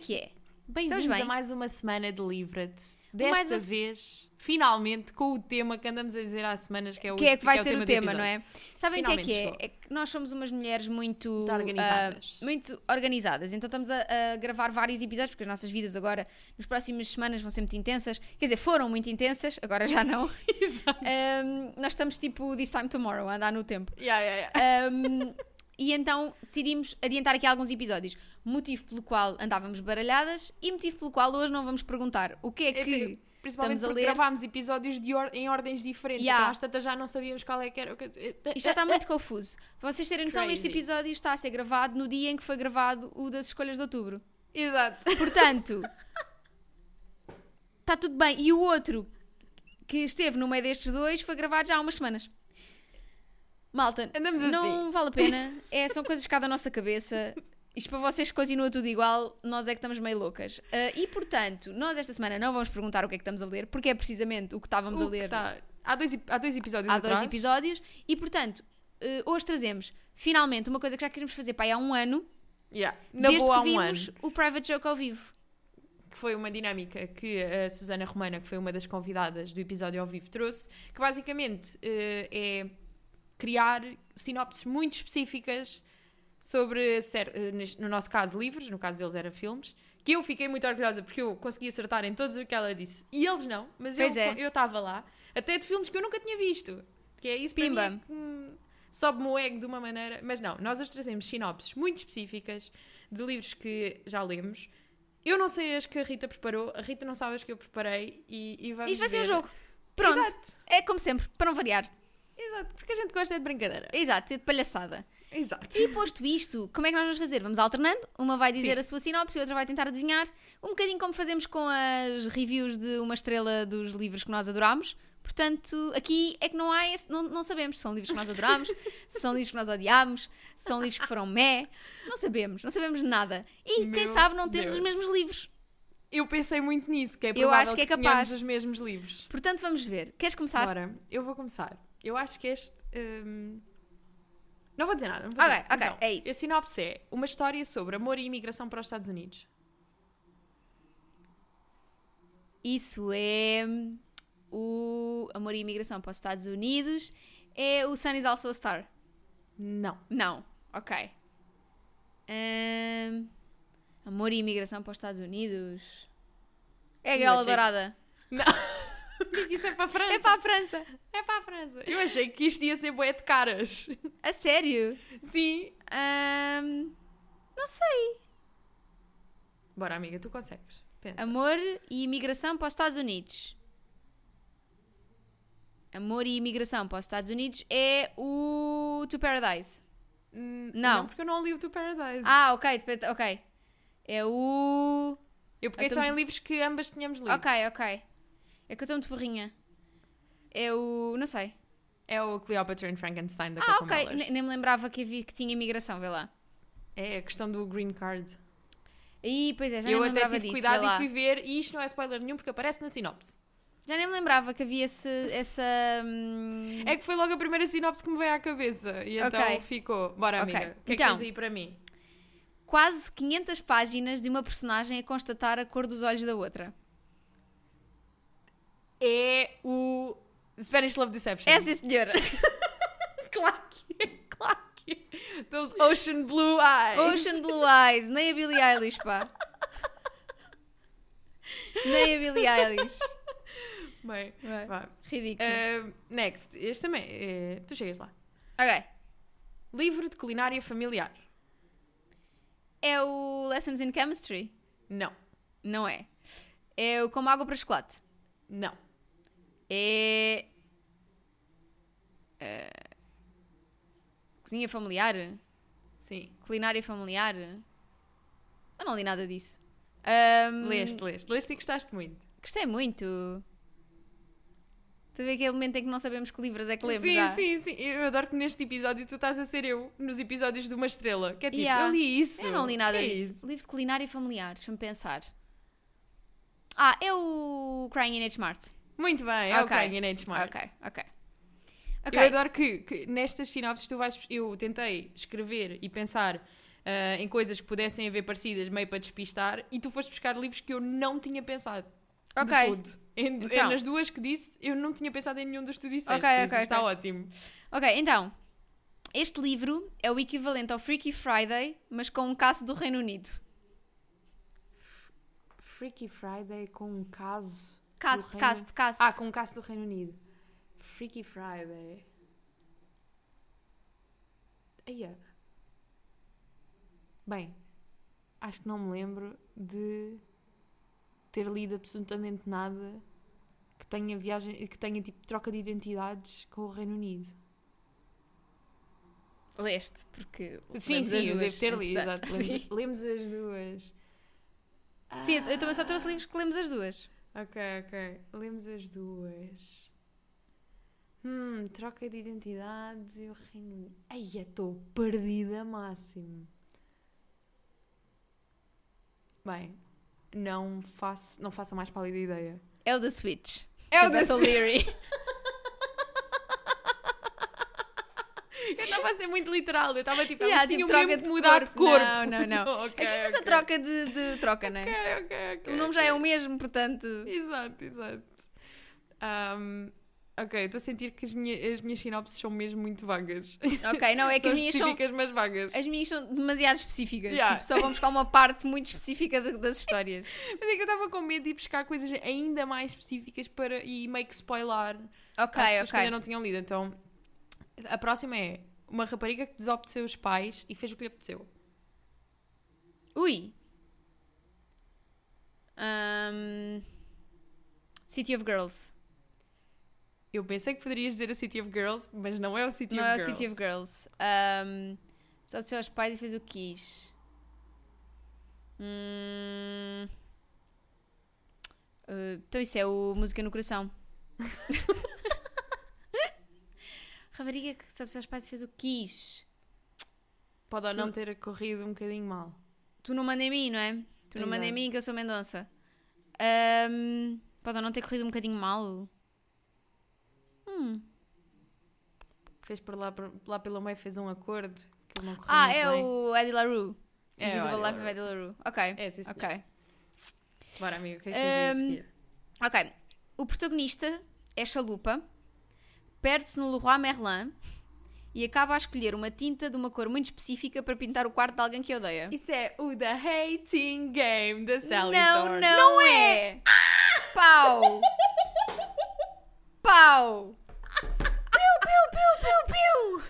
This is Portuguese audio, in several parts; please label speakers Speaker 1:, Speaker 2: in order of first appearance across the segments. Speaker 1: que é?
Speaker 2: Bem-vindos
Speaker 1: Estás bem?
Speaker 2: a mais uma semana de Livra-te.
Speaker 1: Mais
Speaker 2: Desta
Speaker 1: uma-
Speaker 2: vez, finalmente, com o tema que andamos a dizer há semanas, que é o
Speaker 1: que é que vai
Speaker 2: é
Speaker 1: ser o
Speaker 2: do
Speaker 1: tema,
Speaker 2: episódio.
Speaker 1: não é? Sabem o que é que é?
Speaker 2: Finalmente
Speaker 1: É que nós somos umas mulheres muito
Speaker 2: Muito organizadas.
Speaker 1: ah, muito organizadas. Então estamos a, a gravar vários episódios porque as nossas vidas agora, nas próximas semanas, vão ser muito intensas. Quer dizer, foram muito intensas, agora já não.
Speaker 2: Exato.
Speaker 1: Ahm, nós estamos tipo this time tomorrow, a andar no tempo.
Speaker 2: Yeah, yeah, yeah.
Speaker 1: Ahm, e então decidimos adiantar aqui alguns episódios. Motivo pelo qual andávamos baralhadas e motivo pelo qual hoje não vamos perguntar o que é
Speaker 2: É
Speaker 1: que.
Speaker 2: que, principalmente
Speaker 1: estamos a
Speaker 2: porque
Speaker 1: ler.
Speaker 2: gravámos episódios de or- em ordens diferentes.
Speaker 1: Yeah.
Speaker 2: Então, às tantas já não sabíamos qual é que era. o que-
Speaker 1: Isto já está muito confuso. Para vocês terem noção, este
Speaker 2: Crazy.
Speaker 1: episódio está a ser gravado no dia em que foi gravado o das escolhas de outubro.
Speaker 2: Exato.
Speaker 1: Portanto, está tudo bem. E o outro que esteve no meio destes dois foi gravado já há umas semanas. Malta,
Speaker 2: Andamos assim.
Speaker 1: não vale a pena. É, são coisas que cá da nossa cabeça. Isto para vocês que continua tudo igual, nós é que estamos meio loucas. Ah, e portanto, nós esta semana não vamos perguntar o que é que estamos a ler, porque é precisamente o que estávamos
Speaker 2: O
Speaker 1: a
Speaker 2: que tá
Speaker 1: ler
Speaker 2: está- Há dois, ep- há dois episódios
Speaker 1: há
Speaker 2: atrás.
Speaker 1: dois episódios e portanto eh, hoje trazemos finalmente uma coisa que já queríamos fazer pá, há um ano
Speaker 2: Yeah. Na
Speaker 1: desde
Speaker 2: boa, há
Speaker 1: que
Speaker 2: um
Speaker 1: vimos
Speaker 2: ano.
Speaker 1: o Private Joke ao vivo
Speaker 2: que foi uma dinâmica que a Susana Romana, que foi uma das convidadas do episódio ao vivo, trouxe, que basicamente eh, é criar sinopses muito específicas sobre, cer- eh, neste- no nosso caso, livros, no caso deles era filmes, que eu fiquei muito orgulhosa porque eu consegui acertar em todos o que ela disse. E eles não, mas
Speaker 1: Pois é.
Speaker 2: eu estava lá, até de filmes que eu nunca tinha visto. Que é isso
Speaker 1: Pimba.
Speaker 2: para mim é que me sobe-me o ego de uma maneira. Mas não, nós hoje trazemos sinopses muito específicas de livros que já lemos. Eu não sei as que a Rita preparou, a Rita não sabe as que eu preparei e, e vamos
Speaker 1: isto vai ser um
Speaker 2: ver.
Speaker 1: jogo pronto
Speaker 2: Exato,
Speaker 1: é como sempre para não variar
Speaker 2: exato, porque a gente gosta é de brincadeira.
Speaker 1: exato é de palhaçada
Speaker 2: Exato.
Speaker 1: e posto isto como é que nós vamos fazer vamos alternando uma vai dizer
Speaker 2: Sim.
Speaker 1: a sua sinopse e outra vai tentar adivinhar um bocadinho como fazemos com as reviews de uma estrela dos livros que nós adorámos Portanto, aqui é que não há esse, não, não sabemos se são livros que nós adorámos, se são livros que nós odiámos, se são livros que foram mé, não sabemos, não sabemos nada. E quem
Speaker 2: Meu
Speaker 1: sabe não temos os
Speaker 2: Deus.
Speaker 1: mesmos livros.
Speaker 2: Eu pensei muito nisso, que é
Speaker 1: Eu
Speaker 2: provável
Speaker 1: acho que é capaz.
Speaker 2: tenhamos os mesmos livros.
Speaker 1: Portanto, vamos ver. Queres começar?
Speaker 2: Ora, eu vou começar. Eu acho que este. hum, Não vou dizer nada. Não vou
Speaker 1: Ok,
Speaker 2: dizer.
Speaker 1: ok,
Speaker 2: Então,
Speaker 1: é isso.
Speaker 2: A sinopse é uma história sobre amor e imigração para os Estados Unidos.
Speaker 1: Isso é hum, o Amor e Imigração para os Estados Unidos. É o Sun is also a star.
Speaker 2: Não.
Speaker 1: Não. Ok. Hum, Amor e Imigração para os Estados Unidos. É a
Speaker 2: Eu
Speaker 1: Gala
Speaker 2: achei-
Speaker 1: Dourada.
Speaker 2: Não. Isso é para a França.
Speaker 1: É para a França.
Speaker 2: É para a França. Eu achei que isto ia ser boé de caras.
Speaker 1: A sério.
Speaker 2: Sim.
Speaker 1: Hum, não sei.
Speaker 2: Bora, amiga, tu consegues. Pensa.
Speaker 1: Amor e Imigração para os Estados Unidos. Amor e Imigração para os Estados Unidos é o To Paradise.
Speaker 2: Hum,
Speaker 1: Não.
Speaker 2: porque eu não li o To Paradise.
Speaker 1: Ah, ok, depende- ok. É o.
Speaker 2: eu peguei
Speaker 1: então-
Speaker 2: só em livros que ambas tínhamos lido.
Speaker 1: Ok, ok. É que eu estou muito burrinha. É o. Não sei.
Speaker 2: É o Cleopatra and Frankenstein da
Speaker 1: Ah,
Speaker 2: Coco
Speaker 1: ok.
Speaker 2: Mellers.
Speaker 1: Ne- Nem me lembrava que, havia, que tinha imigração, vê lá.
Speaker 2: É a questão do green card.
Speaker 1: E, pois é, já
Speaker 2: eu
Speaker 1: nem me
Speaker 2: até
Speaker 1: lembrava
Speaker 2: tive
Speaker 1: disso. vê
Speaker 2: cuidado
Speaker 1: lá.
Speaker 2: e fui ver, e isto não é spoiler nenhum porque aparece na sinopse.
Speaker 1: Já nem me lembrava que havia esse, essa. hum,
Speaker 2: É que foi logo a primeira sinopse que me veio à cabeça. E então
Speaker 1: Ok.
Speaker 2: ficou. Bora,
Speaker 1: Ok.
Speaker 2: amiga. O que é
Speaker 1: Então.
Speaker 2: que tens aí para mim?
Speaker 1: Quase 500 páginas de uma personagem a constatar a cor dos olhos da outra.
Speaker 2: É o Spanish Love Deception.
Speaker 1: É sim, senhora.
Speaker 2: Claro que é, claro que é. Those Ocean Blue Eyes.
Speaker 1: Ocean Blue Eyes, nem a Billie Eilish, pá. nem a Billie Eilish.
Speaker 2: Bem,
Speaker 1: Vai.
Speaker 2: vá.
Speaker 1: Ridículo.
Speaker 2: Ahm, next. Este também. é- tu chegas lá.
Speaker 1: Ok.
Speaker 2: Livro de culinária familiar.
Speaker 1: É o Lessons in Chemistry?
Speaker 2: Não.
Speaker 1: Não é. É o Como Água para Chocolate.
Speaker 2: Não.
Speaker 1: É. eh, Cozinha familiar?
Speaker 2: Sim.
Speaker 1: Culinária familiar? Eu não li nada disso. Ahm,
Speaker 2: Leste, leste. Leste e gostaste muito.
Speaker 1: Gostei muito. Tu vê aquele momento em que não sabemos que livros é que lemos
Speaker 2: sim,
Speaker 1: já.
Speaker 2: sim, sim. Eu adoro que neste episódio tu estás a ser eu nos episódios de uma estrela. Que é tipo,
Speaker 1: Yeah.
Speaker 2: eu li isso.
Speaker 1: Eu não li nada
Speaker 2: Que é
Speaker 1: disso.
Speaker 2: isso?
Speaker 1: Livro de culinária familiar, deixa-me pensar. Ah, é o Crying in H. Mart.
Speaker 2: Muito bem, é
Speaker 1: Ok.
Speaker 2: o Craig H. Smart.
Speaker 1: Ok, ok.
Speaker 2: Eu
Speaker 1: Ok,
Speaker 2: adoro que, que nestas sinopses tu vais. Eu tentei escrever e pensar ah, em coisas que pudessem haver parecidas, meio para despistar, e tu foste buscar livros que eu não tinha pensado. de
Speaker 1: Ok.
Speaker 2: todo. Em- em-
Speaker 1: Então.
Speaker 2: nas duas que disse, eu não tinha pensado em nenhum dos que tu disseste.
Speaker 1: Ok,
Speaker 2: por isso
Speaker 1: ok,
Speaker 2: está
Speaker 1: ok.
Speaker 2: ótimo.
Speaker 1: Ok, então. Este livro é o equivalente ao Freaky Friday, mas com um caso do Reino Unido.
Speaker 2: Freaky Friday com um caso.
Speaker 1: Caso,
Speaker 2: do Reino-
Speaker 1: caso, caso.
Speaker 2: Ah, com um caso do Reino Unido. Freaky Friday. Eia. Bem, acho que não me lembro de ter lido absolutamente nada que tenha viagem, que tenha tipo troca de identidades com o Reino Unido.
Speaker 1: Leste, porque.
Speaker 2: Sim,
Speaker 1: lemos
Speaker 2: sim,
Speaker 1: as
Speaker 2: eu
Speaker 1: duas,
Speaker 2: devo ter lido,
Speaker 1: portanto,
Speaker 2: exato. Lemos,
Speaker 1: Sim,
Speaker 2: lemos as duas.
Speaker 1: Sim, eu eu também só
Speaker 2: Ah.
Speaker 1: trouxe livros que lemos as duas.
Speaker 2: Ok, ok. Lemos as duas. Hum, troca de identidades e o Reino Unido. Ai, estou perdida máximo. Bem, não faço, não faço a mais pálida ideia.
Speaker 1: É o da Switch.
Speaker 2: É o
Speaker 1: da
Speaker 2: da
Speaker 1: Beth O'Leary.
Speaker 2: Eu estava a ser muito literal, eu estava tipo,
Speaker 1: Yeah,
Speaker 2: elas tinham
Speaker 1: troca
Speaker 2: mesmo
Speaker 1: de
Speaker 2: que mudar de
Speaker 1: corpo.
Speaker 2: corpo.
Speaker 1: Não, não, não.
Speaker 2: Ok,
Speaker 1: é que essa
Speaker 2: ok.
Speaker 1: troca de, de troca, não é?
Speaker 2: Ok, ok, ok.
Speaker 1: O nome já é o mesmo, portanto.
Speaker 2: Exato, exato. Ahm, ok, eu estou a sentir que as minhas, as minhas sinopses são mesmo muito vagas.
Speaker 1: Ok, não, é que
Speaker 2: são
Speaker 1: as minhas são.
Speaker 2: específicas, mas vagas.
Speaker 1: As minhas são demasiado específicas.
Speaker 2: Yeah.
Speaker 1: Tipo, só vamos buscar uma parte muito específica de- das histórias.
Speaker 2: Mas é que eu estava com medo de ir buscar coisas ainda mais específicas para, e meio que spoiler
Speaker 1: Ok,
Speaker 2: às pessoas que
Speaker 1: ok.
Speaker 2: ainda não tinham lido. Então, a próxima é uma rapariga que desobedeceu os pais e fez o que lhe apeteceu.
Speaker 1: Ui. Ahm, City of Girls.
Speaker 2: Eu pensei que poderias dizer o City of Girls, mas não é o City
Speaker 1: não
Speaker 2: of
Speaker 1: é
Speaker 2: Girls.
Speaker 1: o City of Girls. Um, Desobedeceu aos pais e fez o que quis. Hum. Uh, então isso é o Música no Coração. Rapariga que desobedeceu aos pais e fez o que quis.
Speaker 2: Pode ou
Speaker 1: Tu-
Speaker 2: não ter corrido um bocadinho mal.
Speaker 1: Tu não manda em mim, não é? Tu não manda em
Speaker 2: Exato.
Speaker 1: mim que eu sou Mendonça. Ahm, pode ou não ter corrido um bocadinho mal. Hum.
Speaker 2: Fez por lá, por lá pelo meio, fez um acordo que ele não correu
Speaker 1: Ah,
Speaker 2: muito
Speaker 1: é
Speaker 2: bem.
Speaker 1: o Eddie LaRue.
Speaker 2: É o
Speaker 1: Invisible
Speaker 2: Eddie
Speaker 1: Life of Eddie LaRue. Ok.
Speaker 2: É, sim, senhor.
Speaker 1: ok. Hum,
Speaker 2: Bora, amiga, o que é que tens aí a seguir?
Speaker 1: Ok. O protagonista é chalupa, perde-se no Leroy Merlin e acaba a escolher uma tinta de uma cor muito específica para pintar o quarto de alguém que odeia.
Speaker 2: Isso é o The Hating Game da Sally
Speaker 1: não,
Speaker 2: Thorne.
Speaker 1: não, é! Pau! Pau! Piu, piu, piu, piu, piu!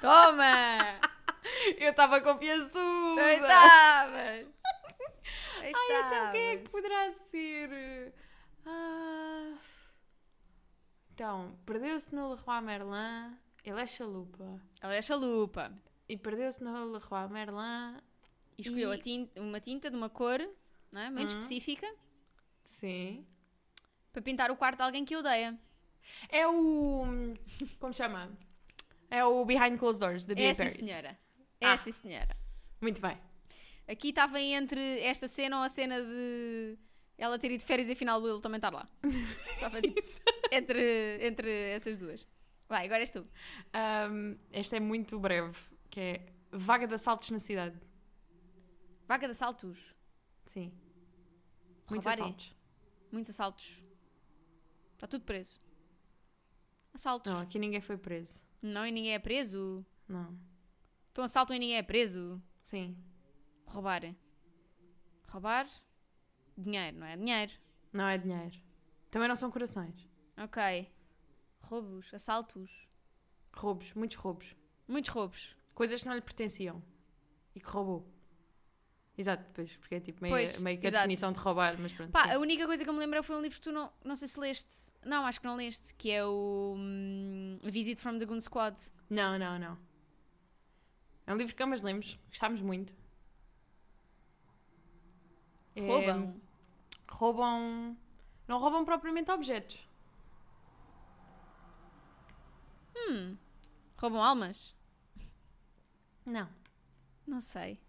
Speaker 1: Toma!
Speaker 2: Eu estava confiançuda.
Speaker 1: Aí estavas! Aí
Speaker 2: Ai, então quem é que
Speaker 1: estavas.
Speaker 2: poderá ser? Ah, Então, perdeu-se no Leroy Merlin, ele é chalupa.
Speaker 1: Ela é chalupa.
Speaker 2: E perdeu-se no Leroy Merlin,
Speaker 1: E escolheu
Speaker 2: E-
Speaker 1: a tinta- uma tinta de uma cor não é? muito
Speaker 2: Hum.
Speaker 1: específica
Speaker 2: sim.
Speaker 1: para pintar o quarto de alguém que odeia.
Speaker 2: É o. Como se chama? É o Behind Closed Doors, da Bia
Speaker 1: É sim,
Speaker 2: Paris.
Speaker 1: senhora.
Speaker 2: Ah.
Speaker 1: É sim, senhora.
Speaker 2: Muito bem.
Speaker 1: Aqui estava entre esta cena ou a cena de ela ter ido de férias e afinal do ele também estar lá. Estava tipo, entre, entre essas duas. Vai, agora és tu.
Speaker 2: Ahm, esta é muito breve, que é Vaga de Assaltos na Cidade.
Speaker 1: Vaga de assaltos.
Speaker 2: Sim. Muitos
Speaker 1: Roubar é?
Speaker 2: assaltos.
Speaker 1: Muitos assaltos. Está tudo preso. Assaltos.
Speaker 2: Não,
Speaker 1: Não.
Speaker 2: aqui ninguém foi preso.
Speaker 1: e ninguém é preso.
Speaker 2: Não.
Speaker 1: Então assaltam e ninguém é preso.
Speaker 2: Sim.
Speaker 1: Roubar. Roubar. Dinheiro, não é? Dinheiro.
Speaker 2: Não é dinheiro. Também não são corações.
Speaker 1: Ok. Roubos, assaltos.
Speaker 2: Roubos, muitos roubos.
Speaker 1: Muitos roubos.
Speaker 2: Coisas que não lhe pertenciam. E que roubou. Exato, depois, porque é tipo meio,
Speaker 1: Pois,
Speaker 2: meio que a
Speaker 1: exato.
Speaker 2: definição de roubar, mas pronto.
Speaker 1: Pá,
Speaker 2: sim.
Speaker 1: a única coisa que eu me lembro foi um livro que tu não, não sei se leste. Não, acho que não leste, que é o hum, Visit from the Goon Squad.
Speaker 2: Não, não, não. É um livro que ambas lemos, gostámos muito. É,
Speaker 1: Roubam.
Speaker 2: roubam. Não roubam propriamente objetos.
Speaker 1: Roubam almas?
Speaker 2: Não.
Speaker 1: Não sei.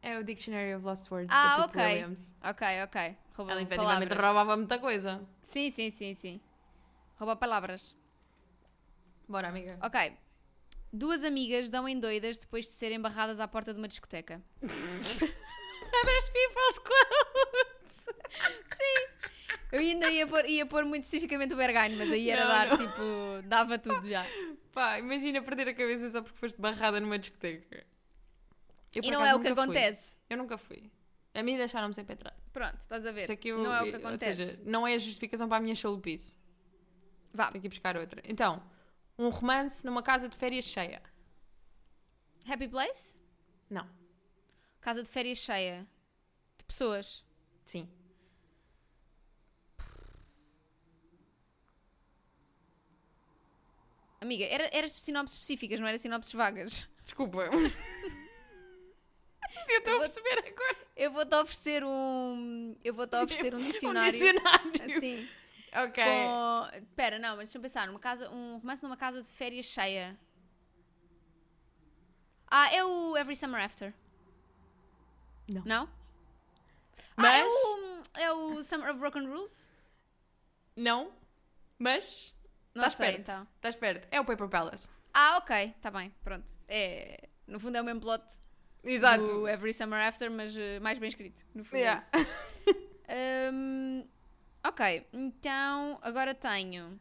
Speaker 2: É o Dictionary of Lost Words
Speaker 1: Ah,
Speaker 2: da Pip
Speaker 1: ok.
Speaker 2: Williams.
Speaker 1: Ok, ok. Roubam
Speaker 2: Ela efetivamente
Speaker 1: palavras.
Speaker 2: roubava muita coisa.
Speaker 1: Sim, sim, sim, sim. Rouba palavras.
Speaker 2: Bora, amiga.
Speaker 1: Ok. Duas amigas dão em doidas depois de serem barradas à porta de uma discoteca.
Speaker 2: There's people's clothes.
Speaker 1: Eu ainda ia pôr, ia pôr muito especificamente o Berghain, mas aí era
Speaker 2: Não,
Speaker 1: dar,
Speaker 2: não.
Speaker 1: tipo, dava tudo já.
Speaker 2: Pá, imagina perder a cabeça só porque foste barrada numa discoteca. Eu, por
Speaker 1: e não
Speaker 2: acaso,
Speaker 1: é o que
Speaker 2: nunca fui.
Speaker 1: acontece.
Speaker 2: Eu nunca fui. A mim deixaram-me sempre entrar.
Speaker 1: Pronto, estás a ver.
Speaker 2: Isso é que eu-
Speaker 1: não é o que
Speaker 2: ou
Speaker 1: acontece.
Speaker 2: seja, não é a justificação para a minha chalupice.
Speaker 1: Vá.
Speaker 2: Tenho que ir buscar outra. Então, um romance numa casa de férias cheia.
Speaker 1: Happy Place?
Speaker 2: Não.
Speaker 1: Casa de férias cheia. De pessoas.
Speaker 2: Sim.
Speaker 1: Amiga, era, era sinopses específicas, não era sinopses vagas.
Speaker 2: Desculpa. Eu estou a
Speaker 1: vou-
Speaker 2: perceber agora.
Speaker 1: Eu vou-te oferecer um. Eu vou-te oferecer um dicionário.
Speaker 2: Um dicionário.
Speaker 1: Assim.
Speaker 2: Ok.
Speaker 1: Com... Pera, não, mas deixa-me pensar. Uma casa, um romance numa casa de férias cheia. Ah, é o Every Summer After.
Speaker 2: Não.
Speaker 1: Não? Ah, é
Speaker 2: Mas-
Speaker 1: o, é o Summer of Broken Rules?
Speaker 2: Não, mas
Speaker 1: Não
Speaker 2: estás
Speaker 1: sei,
Speaker 2: perto.
Speaker 1: então.
Speaker 2: Estás perto. É o Paper Palace.
Speaker 1: Ah, ok, está bem, pronto. É, no fundo é o mesmo plot
Speaker 2: Exato.
Speaker 1: do Every Summer After, mas eh, mais bem escrito. No fundo é
Speaker 2: Yeah.
Speaker 1: isso. Hum, ok, então agora tenho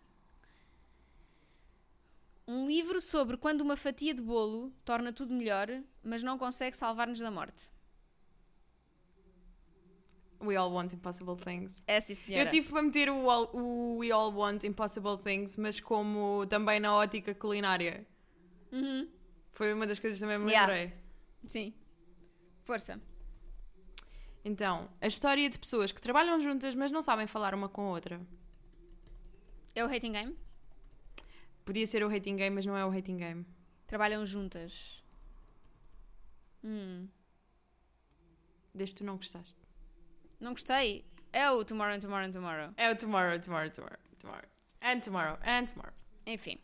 Speaker 1: um livro sobre quando uma fatia de bolo torna tudo melhor, mas não consegue salvar-nos da morte.
Speaker 2: We all want impossible things.
Speaker 1: É sim, senhora.
Speaker 2: Eu tive para meter o, all- o We All Want Impossible Things, mas como também na ótica culinária.
Speaker 1: Uhum,
Speaker 2: Foi uma das coisas que também me
Speaker 1: Yeah.
Speaker 2: lembrei.
Speaker 1: Sim. Força.
Speaker 2: Então, a história de pessoas que trabalham juntas, mas não sabem falar uma com a outra.
Speaker 1: É o Hating Game?
Speaker 2: Podia ser o Hating Game, mas não é o Hating Game.
Speaker 1: Trabalham juntas. Hum,
Speaker 2: Desde que tu não gostaste.
Speaker 1: não gostei. É o Tomorrow and Tomorrow and Tomorrow.
Speaker 2: É o Tomorrow, Tomorrow, Tomorrow, Tomorrow. And Tomorrow, and Tomorrow.
Speaker 1: Enfim.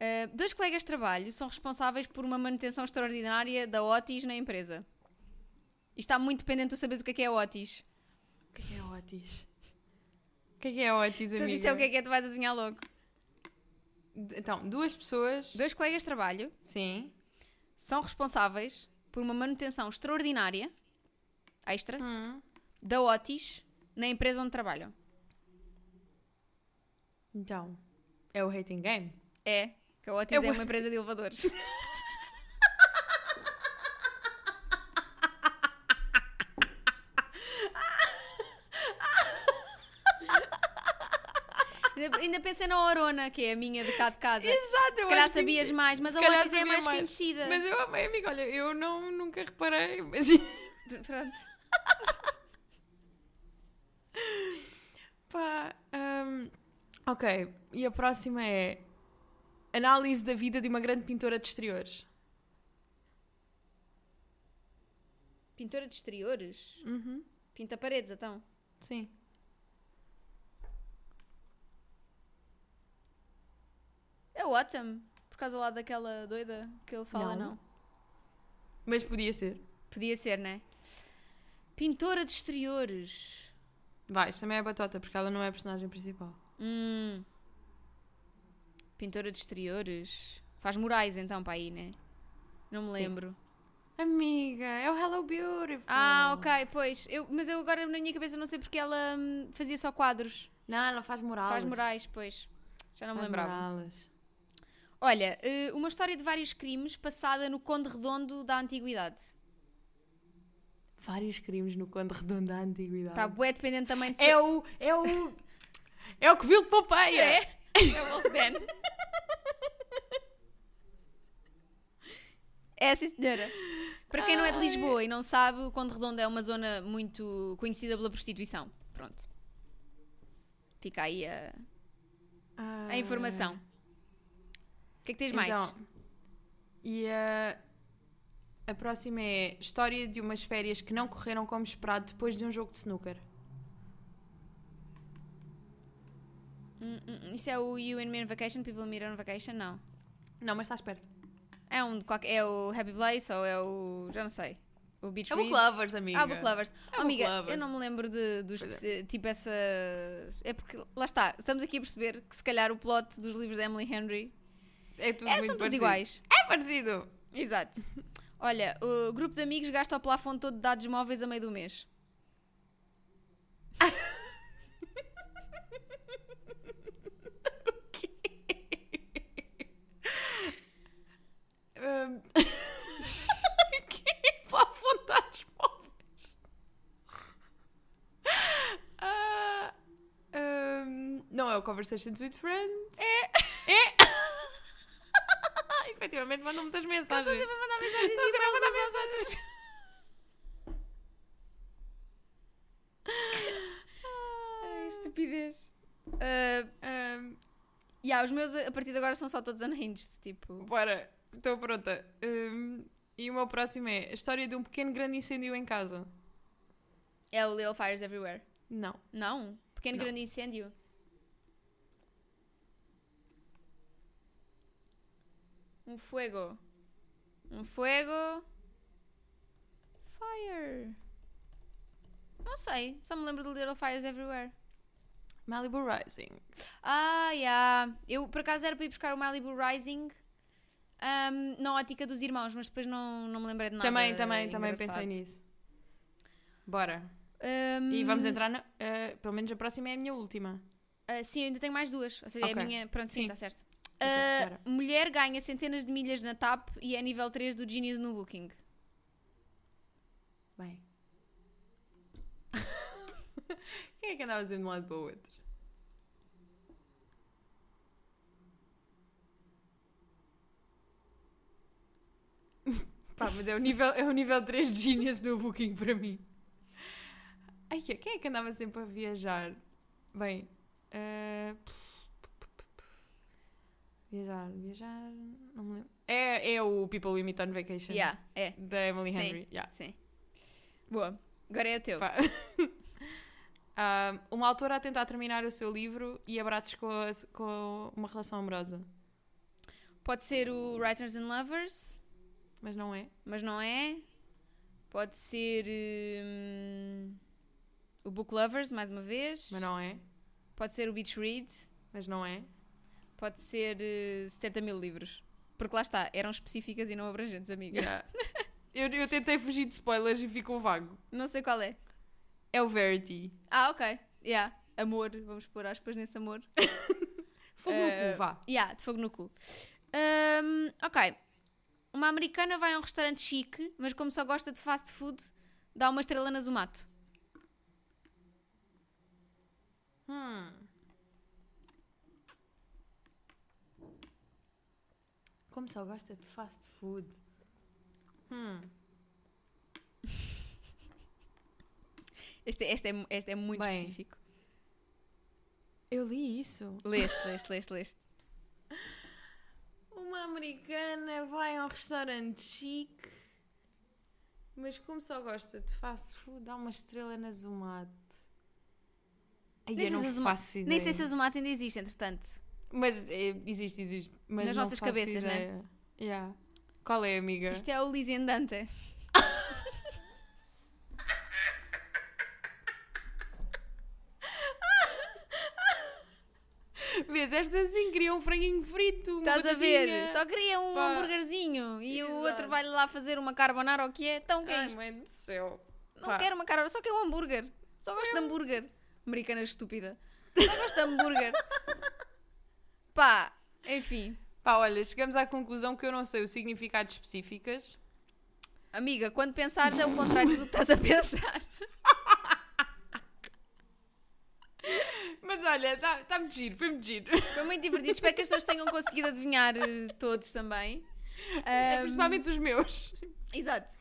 Speaker 1: Uh, dois colegas de trabalho são responsáveis por uma manutenção extraordinária da Otis na empresa. E está muito dependente de tu saberes o que é que é Otis.
Speaker 2: O que é que é Otis? O que é que é Otis,
Speaker 1: Se eu
Speaker 2: amiga?
Speaker 1: disser o que é que é, tu vais adivinhar logo.
Speaker 2: D- Então, duas pessoas.
Speaker 1: Dois colegas de trabalho
Speaker 2: Sim.
Speaker 1: são responsáveis por uma manutenção extraordinária, extra,
Speaker 2: Hum.
Speaker 1: da Otis na empresa onde trabalham.
Speaker 2: Então, é o Hating Game?
Speaker 1: É, que a Otis
Speaker 2: Eu-
Speaker 1: é uma empresa de elevadores. Ainda- Ainda pensei na Orona, que é a minha de cá de casa.
Speaker 2: Exato,
Speaker 1: Se calhar sabias mais, mas
Speaker 2: Se
Speaker 1: a
Speaker 2: calhar
Speaker 1: Otis é
Speaker 2: sabia
Speaker 1: mais,
Speaker 2: mais.
Speaker 1: conhecida.
Speaker 2: Mas eu amei, amiga. Olha, eu não, nunca reparei. Mas...
Speaker 1: Pronto.
Speaker 2: Pá, hum, ok, e a próxima é análise da vida de uma grande pintora de exteriores.
Speaker 1: Pintora de exteriores?
Speaker 2: Uhum.
Speaker 1: Pinta paredes, então.
Speaker 2: Sim.
Speaker 1: É o Autumn, por causa lá daquela doida que ele fala,
Speaker 2: Não.
Speaker 1: não.
Speaker 2: Mas podia ser.
Speaker 1: Podia ser, né? Pintora de exteriores.
Speaker 2: Vai, isto também é batota, porque ela não é a personagem principal.
Speaker 1: Hum. Pintora de exteriores. Faz murais então para aí, né? Não me lembro.
Speaker 2: Amiga, é o Hello Beautiful.
Speaker 1: Ah, ok, pois. Eu, mas eu agora na minha cabeça não sei porque ela hum, fazia só quadros.
Speaker 2: Não, ela faz moralas.
Speaker 1: Faz murais, pois. Já não me
Speaker 2: Faz
Speaker 1: lembrava.
Speaker 2: moralas.
Speaker 1: Olha, eh, uma história de vários crimes passada no Conde Redondo da Antiguidade.
Speaker 2: Vários crimes no Conde Redondo da Antiguidade.
Speaker 1: Está Tá bué dependente também de
Speaker 2: É
Speaker 1: ser-
Speaker 2: o. É o. é o que viu de Pompeia!
Speaker 1: É? É o Old Ben. É, sim, senhora. Para quem não é de
Speaker 2: Ai.
Speaker 1: Lisboa e não sabe, o Conde Redondo é uma zona muito conhecida pela prostituição. Pronto. Fica aí a,
Speaker 2: Ah.
Speaker 1: a informação. O que é que tens mais?
Speaker 2: Então, e a, a próxima é história de umas férias que não correram como esperado depois de um jogo de snooker.
Speaker 1: Hum, hum, Isso é o You and Me on Vacation, People Meet on Vacation? Não.
Speaker 2: Não, mas estás perto.
Speaker 1: É, um, de qualquer- é o Happy Place ou é o. Já não sei. O Beach
Speaker 2: É Book
Speaker 1: Read?
Speaker 2: Lovers, amiga.
Speaker 1: Ah, Book Lovers. Oh,
Speaker 2: Book
Speaker 1: amiga,
Speaker 2: Lovers.
Speaker 1: eu não me lembro de, dos.
Speaker 2: Pois
Speaker 1: eh, Tipo, essa. É porque, lá está, estamos aqui a perceber que se calhar o plot dos livros da Emily Henry
Speaker 2: É tudo
Speaker 1: É,
Speaker 2: muito
Speaker 1: são todos
Speaker 2: parecido.
Speaker 1: iguais.
Speaker 2: É parecido.
Speaker 1: Exato. Olha, o grupo de amigos gasta o plafond todo de dados móveis a meio do mês.
Speaker 2: Hum. que para afundar os móveis. Ah, hum, não é o Conversations with Friends. É. É. Efetivamente, mandam muitas
Speaker 1: Estão
Speaker 2: mensagens.
Speaker 1: sempre a mandar mensagens
Speaker 2: Estão
Speaker 1: e
Speaker 2: sempre a
Speaker 1: mails
Speaker 2: mandar
Speaker 1: uns aos outros.
Speaker 2: mensagens.
Speaker 1: Ai, Estupidez. Ah,
Speaker 2: Ah, hum,
Speaker 1: yeah, os meus a partir de agora são só todos unhinged, tipo.
Speaker 2: Bora, estou pronta. Hum, e o meu próximo é a história de um pequeno grande incêndio em casa.
Speaker 1: É o Little Fires Everywhere.
Speaker 2: Não.
Speaker 1: Não. Pequeno
Speaker 2: Não.
Speaker 1: grande incêndio. Um fuego. Um fuego. Fire. Não sei. Só me lembro do Little Fires Everywhere.
Speaker 2: Malibu Rising.
Speaker 1: Ah, yeah. Eu por acaso era para ir buscar o Malibu Rising ahm, na ótica dos irmãos, mas depois não, não me lembrei de nada.
Speaker 2: também, também, também pensei
Speaker 1: engraçado.
Speaker 2: nisso. Bora.
Speaker 1: Ahm,
Speaker 2: E vamos entrar na. eh, pelo menos a próxima é a minha última.
Speaker 1: ah, sim, eu ainda tenho mais duas. Ou seja, é
Speaker 2: Ok.
Speaker 1: a minha. Pronto, sim,
Speaker 2: Sim.
Speaker 1: está certo.
Speaker 2: Tá certo,
Speaker 1: Ah, mulher ganha centenas de milhas na TAP e é nível 3 do Genius no Booking.
Speaker 2: Bem. Quem é que andava a dizer de um lado para o outro? Pá, mas é o nível, é o nível 3 de genius do Booking para mim. Ai, quem é que andava sempre a viajar? Bem. eh, Viajar, viajar. Não me lembro. É, é o People We Meet on Vacation.
Speaker 1: Yeah, é,
Speaker 2: Da Emily
Speaker 1: Sim.
Speaker 2: Henry. Yeah.
Speaker 1: sim. Boa. Agora é o teu.
Speaker 2: Pá. Ah, uma autora a tentar terminar o seu livro e abraços com, a- com uma relação amorosa.
Speaker 1: Pode ser o Writers and Lovers,
Speaker 2: Mas não é.
Speaker 1: mas não é. Pode ser hum, o Book Lovers, mais uma vez.
Speaker 2: Mas não é.
Speaker 1: Pode ser o Beach Read.
Speaker 2: Mas não é.
Speaker 1: Pode ser eh, 70 mil livros. Porque lá está, eram específicas e não abrangentes, amiga.
Speaker 2: Yeah. eu, eu tentei fugir de spoilers e ficou vago.
Speaker 1: Não sei qual é.
Speaker 2: É o Verity.
Speaker 1: Ah, ok. Yeah. Amor, vamos pôr aspas nesse amor.
Speaker 2: Fogo no
Speaker 1: Eh,
Speaker 2: cu, vá.
Speaker 1: Yeah, de fogo no cu. Hum, ok. Uma americana vai a um restaurante chique, mas como só gosta de fast food, dá uma estrela na Zumato.
Speaker 2: Hum. Como só gosta de fast food. Hum.
Speaker 1: Este, este, é, este é muito
Speaker 2: Bem.
Speaker 1: específico.
Speaker 2: Eu li isso.
Speaker 1: Leste, leste, leste, leste.
Speaker 2: Uma americana vai a um restaurante chique, mas como só gosta de fast food, dá uma estrela na Zumate. Ai,
Speaker 1: Nem
Speaker 2: eu
Speaker 1: sei
Speaker 2: não
Speaker 1: se a Zuma-
Speaker 2: faço ideia.
Speaker 1: Nem sei se é a Zumato ainda existe, entretanto.
Speaker 2: Mas eh, existe, existe. Mas
Speaker 1: Nas
Speaker 2: não
Speaker 1: nossas
Speaker 2: faço
Speaker 1: cabeças, né?
Speaker 2: ideia. Yeah. Qual é, amiga?
Speaker 1: Isto é o Lizzie Andante.
Speaker 2: Vês, esta sim queria um franguinho frito. uma
Speaker 1: Estás a ver?
Speaker 2: batatinha.
Speaker 1: Só queria um
Speaker 2: Pá.
Speaker 1: hambúrguerzinho e o outro
Speaker 2: Exato.
Speaker 1: vai lá fazer uma carbonara ou o que é? Então o que é
Speaker 2: Ai,
Speaker 1: isto?
Speaker 2: mãe do céu.
Speaker 1: Não
Speaker 2: Pá.
Speaker 1: quero uma carbonara, só quero um hambúrguer. Só gosto de hambúrguer. Americana estúpida. Só gosto de hambúrguer. Pá, enfim.
Speaker 2: Pá, olha, chegamos à conclusão que eu não sei o significado de específicas.
Speaker 1: Amiga, quando pensares é o contrário do que estás a pensar.
Speaker 2: Mas olha, está-me giro, foi-me giro.
Speaker 1: Foi muito divertido. Espero que as pessoas tenham conseguido adivinhar eh, todos também.
Speaker 2: É
Speaker 1: Ahm,
Speaker 2: principalmente os meus.
Speaker 1: Exato.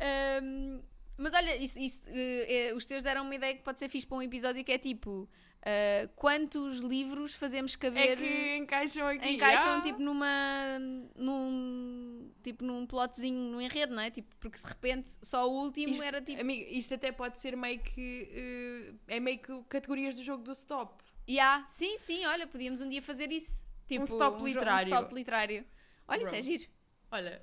Speaker 1: Ahm, mas olha, isso- isso, eh, eh, os teus deram uma ideia que pode ser fixe para um episódio que é tipo: ah, quantos livros fazemos caber.
Speaker 2: É que encaixam aqui.
Speaker 1: encaixam
Speaker 2: ah.
Speaker 1: tipo numa num tipo num plotzinho num enredo, não é? Tipo, porque de repente só o último
Speaker 2: Isto- é
Speaker 1: era tipo,
Speaker 2: Amiga, isto até pode ser meio que. eh, é meio que categorias do jogo do stop.
Speaker 1: yeah, sim, sim, olha, podíamos um dia fazer isso. Tipo,
Speaker 2: stop
Speaker 1: jo-
Speaker 2: literário.
Speaker 1: Um stop literário. Olha, isso
Speaker 2: Bro.
Speaker 1: é giro.
Speaker 2: Olha,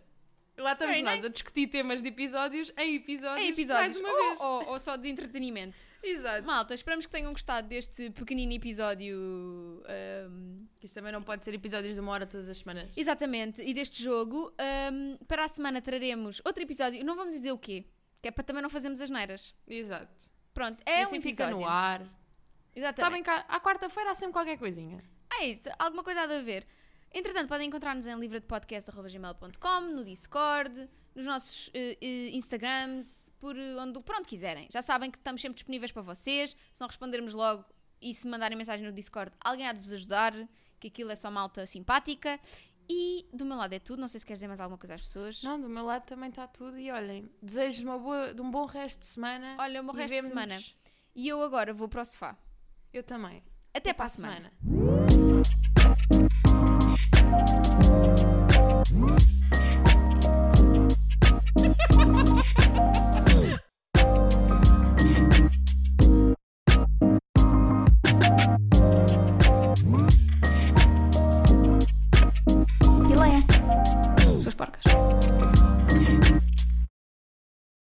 Speaker 2: Lá estamos
Speaker 1: Very
Speaker 2: nós
Speaker 1: nice.
Speaker 2: a discutir temas de episódios em episódios,
Speaker 1: Em episódios. Oh,
Speaker 2: mais uma
Speaker 1: ou-
Speaker 2: vez.
Speaker 1: ou- ou só de entretenimento.
Speaker 2: Exato.
Speaker 1: Malta, esperamos que tenham gostado deste pequenino episódio. ahm,
Speaker 2: Isto também não pode ser episódios de uma hora todas as semanas.
Speaker 1: exatamente, e deste jogo. Ahm, para a semana traremos outro episódio. Não vamos dizer o quê, que é para também não fazermos as neiras.
Speaker 2: Exato.
Speaker 1: Pronto, é
Speaker 2: e assim
Speaker 1: um
Speaker 2: fica
Speaker 1: episódio.
Speaker 2: no ar.
Speaker 1: Exatamente.
Speaker 2: Sabem que à à quarta-feira há sempre qualquer coisinha.
Speaker 1: É isso, alguma coisa há de haver. Entretanto, podem encontrar-nos em livradepodcast.gmail.com, no Discord, nos nossos eh, eh, Instagrams, por eh, onde, por onde quiserem. Já sabem que estamos sempre disponíveis para vocês. Se não respondermos logo e se mandarem mensagem no Discord, alguém há de vos ajudar, que aquilo é só malta simpática. E do meu lado é tudo. Não sei se queres dizer mais alguma coisa às pessoas.
Speaker 2: Não, do meu lado também está tudo. E olhem, desejo de uma boa, de um bom resto de semana.
Speaker 1: Olha, o meu
Speaker 2: E
Speaker 1: resto de
Speaker 2: vemo-nos.
Speaker 1: semana. E eu agora vou para o sofá.
Speaker 2: Eu também.
Speaker 1: Até, para a semana.
Speaker 2: semana.